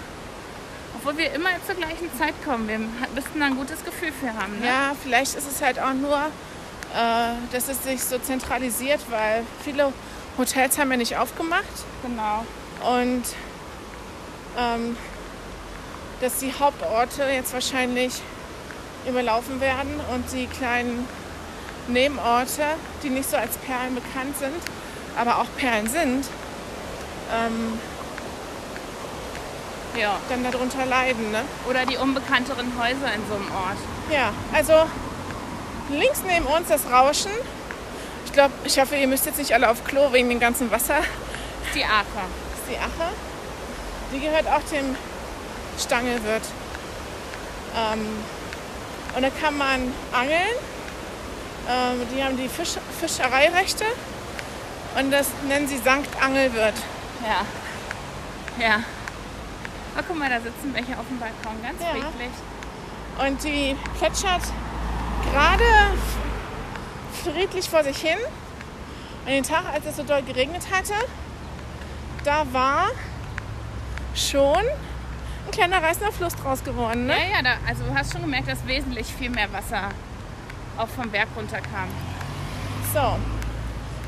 Speaker 1: Obwohl wir immer zur gleichen Zeit kommen. Wir müssten da ein gutes Gefühl für haben. Ne?
Speaker 2: Ja, vielleicht ist es halt auch nur, äh, dass es sich so zentralisiert, weil viele Hotels haben ja nicht aufgemacht
Speaker 1: genau.
Speaker 2: und ähm, dass die Hauptorte jetzt wahrscheinlich überlaufen werden und die kleinen Nebenorte, die nicht so als Perlen bekannt sind, aber auch Perlen sind, ähm,
Speaker 1: Ja.
Speaker 2: dann darunter leiden. Ne?
Speaker 1: Oder die unbekannteren Häuser in so einem Ort.
Speaker 2: Ja, also links neben uns das Rauschen. Ich glaube, ich hoffe, ihr müsst jetzt nicht alle auf Klo wegen dem ganzen Wasser.
Speaker 1: Die Ache.
Speaker 2: Das ist die Ache. Die gehört auch dem Stangelwirt. Ähm, und da kann man angeln. Ähm, die haben die Fisch Fischereirechte. Und das nennen sie Sankt Angelwirt.
Speaker 1: Ja. Ja. Oh, guck mal, da sitzen welche auf dem Balkon. Ganz
Speaker 2: Ja.
Speaker 1: friedlich.
Speaker 2: Und die plätschert gerade friedlich vor sich hin. An den Tag, als es so doll geregnet hatte, da war schon ein kleiner reißender Fluss draus geworden. Ne?
Speaker 1: Ja, ja, da, also du hast schon gemerkt, dass wesentlich viel mehr Wasser auch vom Berg runterkam.
Speaker 2: So,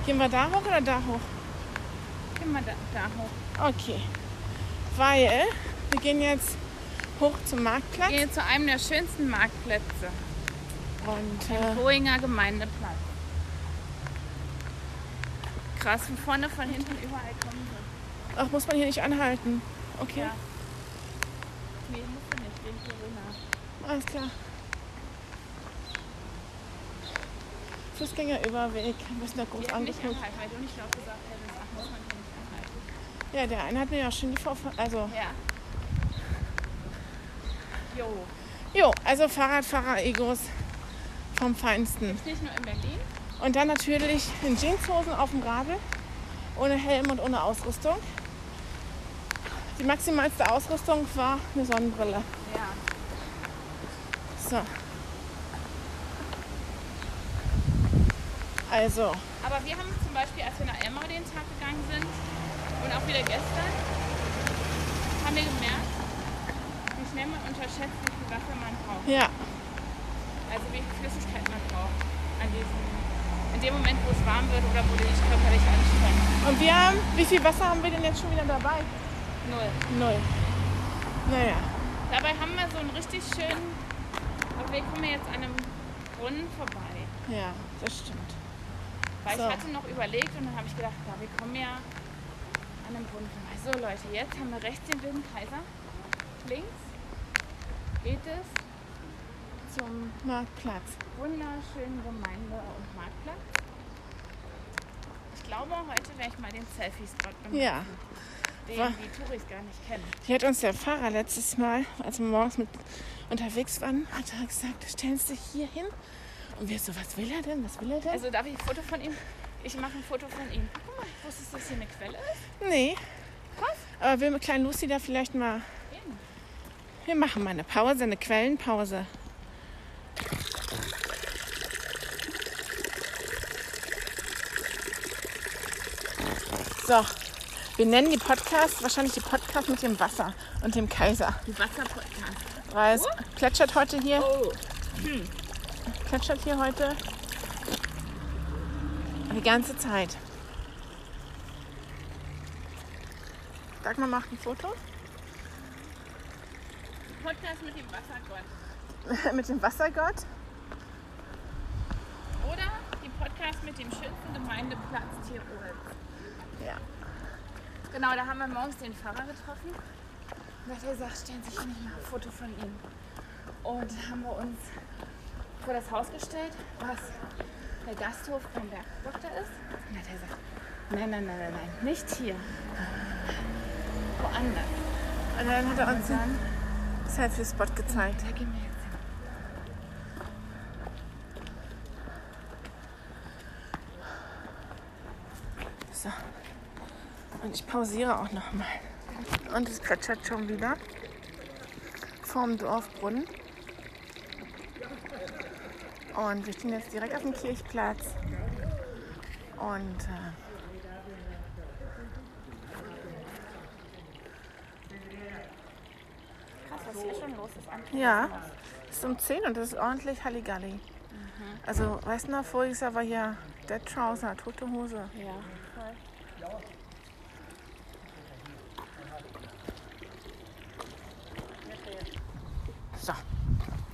Speaker 2: gehen wir da hoch oder da hoch?
Speaker 1: Geh mal da, da hoch.
Speaker 2: Okay, weil wir gehen jetzt hoch zum Marktplatz
Speaker 1: Geh zu einem der schönsten Marktplätze.
Speaker 2: und
Speaker 1: Im
Speaker 2: äh,
Speaker 1: Boinger Gemeindeplatz. Krass, von vorne, von hinten, überall kommen sie.
Speaker 2: ach, muss man hier nicht anhalten. Okay,
Speaker 1: Ja. Nee, musst du nicht, wegen Corona.
Speaker 2: alles klar. Fußgängerüberweg, wir sind da groß
Speaker 1: Wir haben nicht
Speaker 2: angeguckt.
Speaker 1: anhalten, weil du nicht laut gesagt hättest, ach, muss man hier nicht anhalten.
Speaker 2: Ja, der eine hat mir ja schon die Vorfahrt. Also,
Speaker 1: Ja. Jo.
Speaker 2: jo, also Fahrradfahrer-Egos vom Feinsten.
Speaker 1: Ist nicht nur in Berlin.
Speaker 2: Und dann natürlich in Jeanshosen auf dem Radl, ohne Helm und ohne Ausrüstung. Die maximalste Ausrüstung war eine Sonnenbrille.
Speaker 1: Ja.
Speaker 2: So. Also,
Speaker 1: Aber wir haben zum Beispiel, als wir nach Elmau den Tag gegangen sind und auch wieder gestern, haben wir gemerkt, wie schnell man unterschätzt, wie viel Wasser man braucht.
Speaker 2: ja,
Speaker 1: Also wie viel Flüssigkeit man braucht an diesem, in dem Moment, wo es warm wird oder wo du dich körperlich anstrengst.
Speaker 2: und wir haben, wie viel Wasser haben wir denn jetzt schon wieder dabei?
Speaker 1: Null.
Speaker 2: Null. Naja,
Speaker 1: Dabei haben wir so einen richtig schönen, aber wir kommen ja jetzt an einem Brunnen vorbei.
Speaker 2: ja, das stimmt.
Speaker 1: Weil
Speaker 2: So.
Speaker 1: ich hatte noch überlegt und dann habe ich gedacht, na, wir kommen ja an einem Brunnen vorbei. So Leute, jetzt haben wir rechts den Wilden Kaiser. Links geht es zum
Speaker 2: Marktplatz.
Speaker 1: wunderschönen um Gemeinde- und Marktplatz. Ich glaube, heute werde ich mal den Selfie-Spot benutzen,
Speaker 2: Ja, wa-
Speaker 1: den die Touris gar nicht kennen.
Speaker 2: die hat uns der Fahrer letztes Mal, als wir morgens mit unterwegs waren, hat er gesagt, stellen Sie dich hier hin. Und wir so, was will er denn? Was will er denn?
Speaker 1: Also darf ich ein Foto von ihm? Ich mache ein Foto von ihm. Guck mal, wusstest du, dass hier eine Quelle ist?
Speaker 2: Nee.
Speaker 1: Was?
Speaker 2: Aber will mit kleinen Lucy da vielleicht mal.
Speaker 1: Eben.
Speaker 2: Wir machen mal eine Pause, eine Quellenpause. So, wir nennen die Podcast wahrscheinlich die Podcast mit dem Wasser und dem Kaiser.
Speaker 1: Ein Wasserpodcast.
Speaker 2: Weil es plätschert heute hier,
Speaker 1: Oh.
Speaker 2: plätschert hier heute die ganze Zeit. Dagmar macht ein Foto.
Speaker 1: Podcast mit dem Wassergott.
Speaker 2: mit dem Wassergott.
Speaker 1: Oder die Podcast mit dem schönsten Gemeindeplatz Tirols.
Speaker 2: Ja.
Speaker 1: Genau, da haben wir morgens den Fahrer getroffen. Und hat er gesagt, stellen Sie sich nicht mal ein Foto von ihm. Und haben wir uns vor das Haus gestellt, was der Gasthof vom Bergdoktor ist. Und hat er gesagt, nein, nein, nein, nein, nein, nicht hier. Woanders.
Speaker 2: Und dann hat er
Speaker 1: Und
Speaker 2: uns einen
Speaker 1: dann,
Speaker 2: Selfie-Spot gezeigt.
Speaker 1: da gehen wir jetzt hin.
Speaker 2: So. Und ich pausiere auch nochmal. Und es plätschert schon wieder. Vorm Dorfbrunnen. Und wir stehen jetzt direkt auf dem Kirchplatz. Und äh,
Speaker 1: Krass, was hier schon los ist. am
Speaker 2: ja,
Speaker 1: Tourismus.
Speaker 2: es ist um 10 und es ist ordentlich Halligalli. Also, weißt du noch, voriges Jahr war hier Dead Trouser, tote Hose.
Speaker 1: Ja.
Speaker 2: So.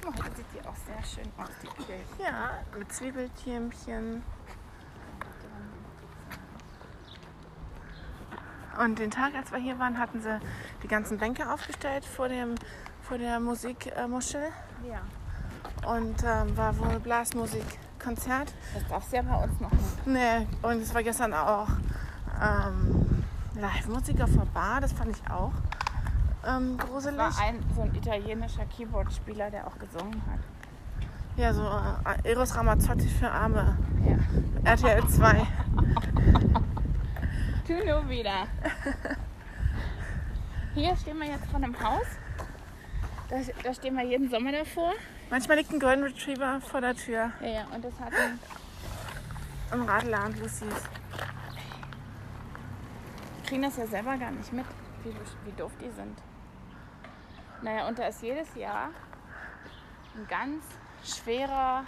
Speaker 1: Oh, heute sieht die auch sehr schön aus, die Kirche.
Speaker 2: Ja, mit Zwiebeltürmchen. Und den Tag, als wir hier waren, hatten sie die ganzen Bänke aufgestellt vor, dem, vor der Musikmuschel.
Speaker 1: Ja.
Speaker 2: Und ähm, war wohl Blasmusikkonzert.
Speaker 1: Das darfst du ja bei uns noch nicht.
Speaker 2: Nee, und es war gestern auch ähm, Live-Musik auf der Bar. Das fand ich auch ähm, gruselig.
Speaker 1: War ein, so ein italienischer Keyboard-Spieler, der auch gesungen hat.
Speaker 2: Ja, so äh, Eros Ramazzotti für Arme.
Speaker 1: Ja.
Speaker 2: RTL 2.
Speaker 1: Du nur wieder. Hier stehen wir jetzt vor einem Haus. Da, da stehen wir jeden Sommer davor.
Speaker 2: Manchmal liegt ein Golden Retriever vor der Tür.
Speaker 1: Ja, ja. Und das hat ein,
Speaker 2: im Radlerland Lucy's.
Speaker 1: die kriegen das ja selber gar nicht mit, wie, wie doof die sind. Naja, und da ist jedes Jahr ein ganz schwerer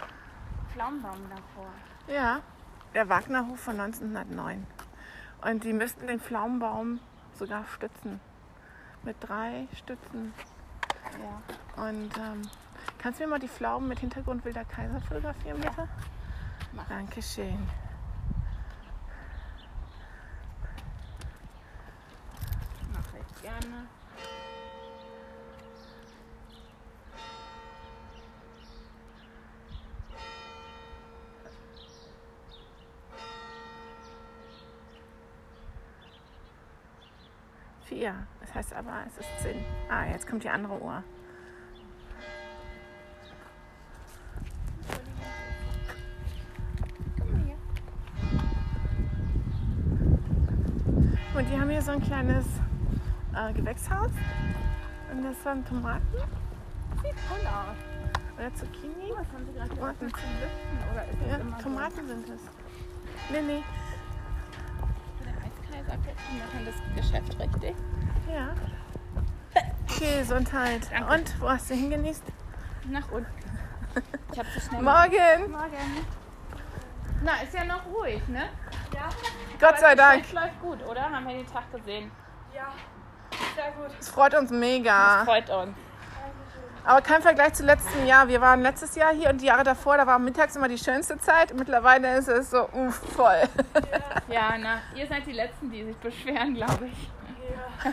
Speaker 1: Pflaumenbaum davor.
Speaker 2: Ja. Der Wagnerhof von 1909. Und die müssten den Pflaumenbaum sogar stützen. Mit drei Stützen.
Speaker 1: Ja.
Speaker 2: Und ähm, kannst du mir mal die Pflaumen mit Hintergrund Wilder Kaiser fotografieren, bitte?
Speaker 1: mach ich.
Speaker 2: Dankeschön.
Speaker 1: Mache ich gerne.
Speaker 2: Vier. Das heißt aber, es ist zehn. Ah, jetzt kommt die andere Uhr.
Speaker 1: Guck mal hier.
Speaker 2: Und die haben hier so ein kleines äh, Gewächshaus. Und das waren Tomaten
Speaker 1: Sieht cool aus.
Speaker 2: oder Zucchini.
Speaker 1: Was haben sie gerade
Speaker 2: Tomaten.
Speaker 1: geöffnet zum Lüften? Oder ist das
Speaker 2: Ja,
Speaker 1: immer so?
Speaker 2: Tomaten sind es. Nee, nee.
Speaker 1: Der Eiskaiser guckt, die machen das Geschäft richtig.
Speaker 2: Ja. Gesundheit.
Speaker 1: Danke.
Speaker 2: Und wo hast du hingenießt?
Speaker 1: Nach unten. Ich hab zu schnell.
Speaker 2: Morgen!
Speaker 1: Morgen. Na, ist ja noch ruhig, ne?
Speaker 2: Gott sei Dank.
Speaker 1: Es läuft gut, oder? Haben wir den Tag gesehen.
Speaker 3: Ja, sehr gut.
Speaker 2: Es freut uns mega.
Speaker 1: Freut uns.
Speaker 2: Aber kein Vergleich zu letztem Jahr. Wir waren letztes Jahr hier und die Jahre davor, da war mittags immer die schönste Zeit. Mittlerweile ist es so uff, voll.
Speaker 1: Ja, na, ihr seid die Letzten, die sich beschweren, glaube ich.
Speaker 3: Ja.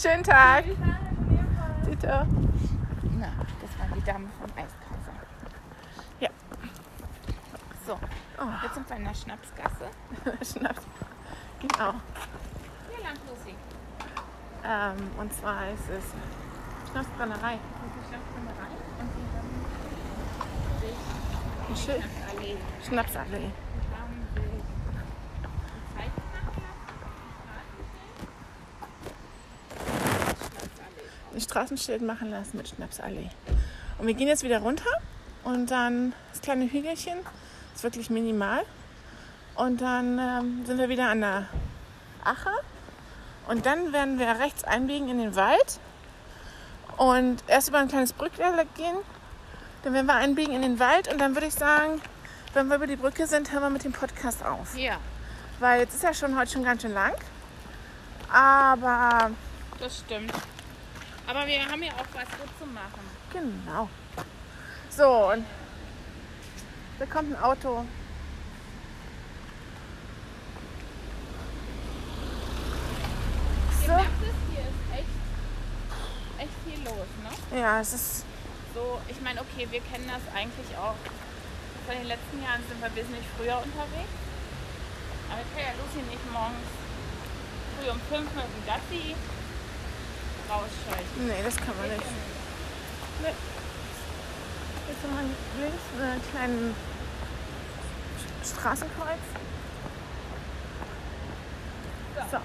Speaker 2: Schönen Tag.
Speaker 3: Ich lade in dem Fall.
Speaker 2: Tito.
Speaker 1: Na, das waren die Damen vom Eiskaiser.
Speaker 2: Ja.
Speaker 1: So,
Speaker 2: Oh.
Speaker 1: jetzt sind wir in der Schnapsgasse.
Speaker 2: Schnaps. Genau.
Speaker 1: Hier lang, Lucy.
Speaker 2: Ähm, und zwar ist es Schnapsbrennerei. Ein Schild. Schnapsallee. ein Straßenschild machen lassen mit Schnapsallee. Und wir gehen jetzt wieder runter und dann das kleine Hügelchen ist wirklich minimal. Und dann ähm, sind wir wieder an der Ache. Und dann werden wir rechts einbiegen in den Wald und erst über ein kleines Brücklein gehen. Dann werden wir einbiegen in den Wald und dann würde ich sagen, wenn wir über die Brücke sind, hören wir mit dem Podcast auf.
Speaker 1: Ja,
Speaker 2: Weil jetzt ist ja schon heute schon ganz schön lang. Aber
Speaker 1: das stimmt. Aber wir haben ja auch was gut zu machen.
Speaker 2: Genau. So, und da kommt ein Auto.
Speaker 1: ne?
Speaker 2: Ja, es ist.
Speaker 1: So, ich meine, okay, wir kennen das eigentlich auch. Von den letzten Jahren sind wir wesentlich früher unterwegs. Aber ich kann ja Lucy nicht morgens früh um fünf mit dem Gassi rausscheuchen.
Speaker 2: Nee, das kann man nicht. Jetzt haben wir links einen kleinen Straßenkreuz. So.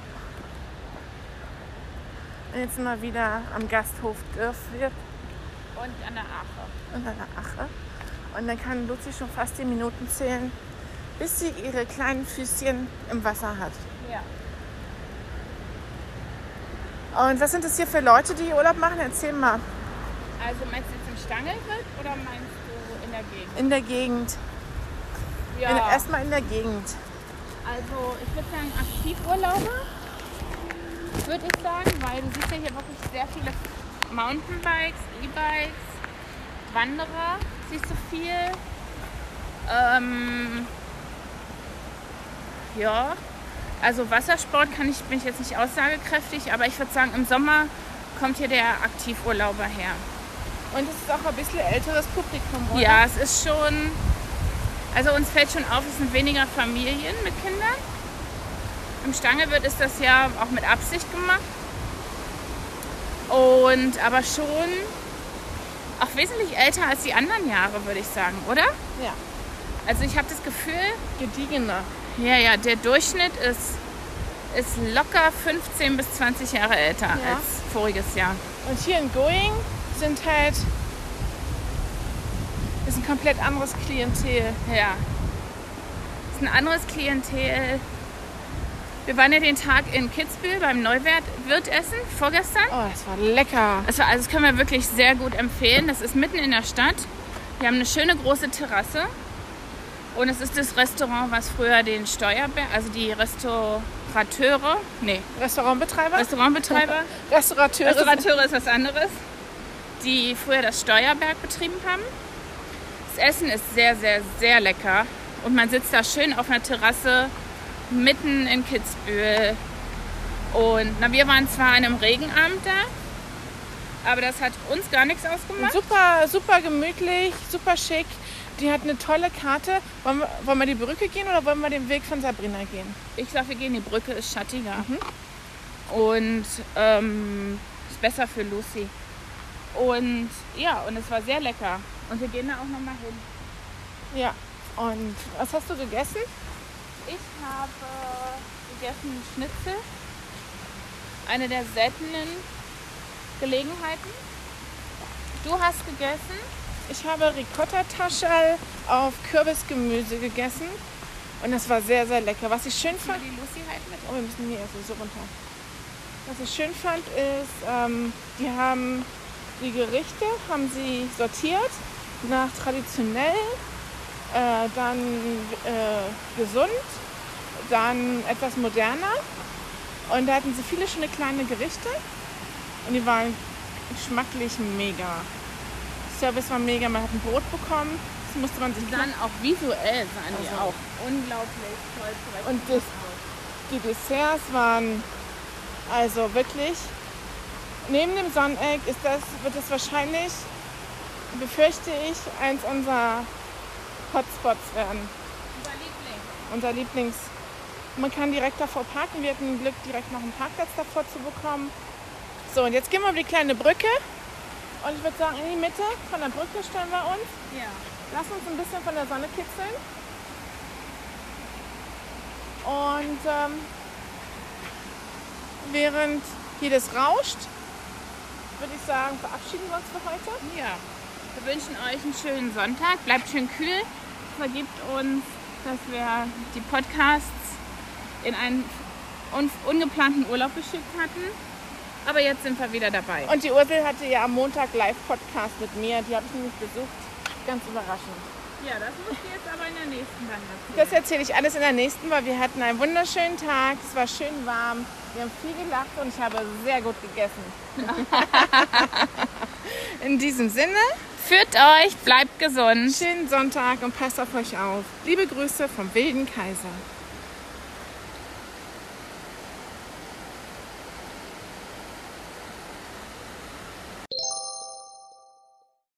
Speaker 2: Und jetzt sind wir wieder am Gasthof Dürfwirp
Speaker 1: Und an der Ache.
Speaker 2: und an der Ache. Und dann kann Luzi schon fast die Minuten zählen, bis sie ihre kleinen Füßchen im Wasser hat.
Speaker 1: Ja.
Speaker 2: Und was sind das hier für Leute, die hier Urlaub machen? Erzähl mal.
Speaker 1: Also meinst du jetzt im Stangelwirt oder meinst du in der Gegend?
Speaker 2: In der Gegend. In, erstmal in der Gegend.
Speaker 1: Also ich würde sagen, Aktivurlauber würde ich sagen, weil du siehst ja hier wirklich sehr viele Mountainbikes, E-Bikes, Wanderer, siehst du viel. Ähm, ja, also Wassersport kann ich, bin ich jetzt nicht aussagekräftig, aber ich würde sagen, im Sommer kommt hier der Aktivurlauber her.
Speaker 2: Und es ist auch ein bisschen älteres Publikum, oder?
Speaker 1: Ja, es ist schon. Also uns fällt schon auf, es sind weniger Familien mit Kindern. Im Stangewirt ist das ja auch mit Absicht gemacht. Und aber schon auch wesentlich älter als die anderen Jahre, würde ich sagen, oder?
Speaker 2: Ja.
Speaker 1: Also ich habe das Gefühl,
Speaker 2: Gediegener.
Speaker 1: ja, ja, der Durchschnitt ist, ist locker 15 bis 20 Jahre älter
Speaker 2: Ja.
Speaker 1: als voriges Jahr.
Speaker 2: Und hier in Going sind halt. ist ein komplett anderes Klientel.
Speaker 1: Ja. Ist ein anderes Klientel. Wir waren ja den Tag in Kitzbühel beim Neuwert Wirt essen vorgestern.
Speaker 2: Oh, das war lecker.
Speaker 1: Also, also das können wir wirklich sehr gut empfehlen. Das ist mitten in der Stadt. Wir haben eine schöne große Terrasse. Und es ist das Restaurant, was früher den Steuerberg, also die Restaurateure, nee,
Speaker 2: Restaurantbetreiber?
Speaker 1: Restaurantbetreiber,
Speaker 2: Restaurateure.
Speaker 1: Also Restaurateure ist was anderes, die früher das Steuerberg betrieben haben. Das Essen ist sehr, sehr, sehr lecker. Und man sitzt da schön auf einer Terrasse mitten in Kitzbühel. Und na, wir waren zwar an einem Regenabend da, aber das hat uns gar nichts
Speaker 2: sind
Speaker 1: ausgemacht.
Speaker 2: super, super gemütlich, super schick. Die hat eine tolle Karte. Wollen wir, wollen wir die Brücke gehen oder wollen wir den Weg von Sabrina gehen?
Speaker 1: Ich sag, wir gehen, die Brücke ist schattiger. Und ähm, ist besser für Lucy. Und ja, und es war sehr lecker. Und wir gehen da auch nochmal hin.
Speaker 2: Ja. Und was hast du gegessen?
Speaker 1: Ich habe gegessen Schnitzel. Eine der seltenen Gelegenheiten. Du hast gegessen.
Speaker 2: Ich habe Ricotta-Taschel auf Kürbisgemüse gegessen. Und das war sehr, sehr lecker. Was ich schön fand,
Speaker 1: Die Lucy halt mit.
Speaker 2: Oh, wir müssen hier also so runter. Was ich schön fand ist, ähm, die haben die Gerichte haben sie sortiert nach traditionell, äh, dann äh, gesund, dann etwas moderner. Und da hatten sie viele schöne kleine Gerichte und die waren geschmacklich mega. Service war mega, man hat ein Brot bekommen, das musste man sich
Speaker 1: Dann auch visuell sahen die
Speaker 2: Also.
Speaker 1: auch unglaublich toll zurecht.
Speaker 2: Und das, die Desserts waren also wirklich. Neben dem Sonneneck ist das, wird es wahrscheinlich, befürchte ich, eins unserer Hotspots werden.
Speaker 1: Unser Liebling.
Speaker 2: Unser Lieblings. Man kann direkt davor parken. Wir hatten Glück, direkt noch einen Parkplatz davor zu bekommen. So, und jetzt gehen wir über die kleine Brücke. Und ich würde sagen, in die Mitte von der Brücke stellen wir uns.
Speaker 1: Ja.
Speaker 2: Lass uns ein bisschen von der Sonne kitzeln. Und ähm, während hier das rauscht, würde ich sagen, verabschieden wir uns für heute.
Speaker 1: ja. Wir wünschen euch einen schönen Sonntag. Bleibt schön kühl. Vergibt uns, dass wir die Podcasts in einen un ungeplanten Urlaub geschickt hatten. Aber jetzt sind wir wieder dabei.
Speaker 2: Und die Ursel hatte ja am Montag Live-Podcast mit mir. Die habe ich nämlich besucht. Ganz überraschend.
Speaker 1: Ja, das muss ich jetzt aber in der nächsten dann erzählen.
Speaker 2: Das erzähle ich alles in der nächsten, weil wir hatten einen wunderschönen Tag. Es war schön warm. Wir haben viel gelacht und ich habe sehr gut gegessen. in diesem Sinne.
Speaker 1: Führt euch, bleibt gesund.
Speaker 2: Schönen Sonntag und passt auf euch auf. Liebe Grüße vom wilden Kaiser.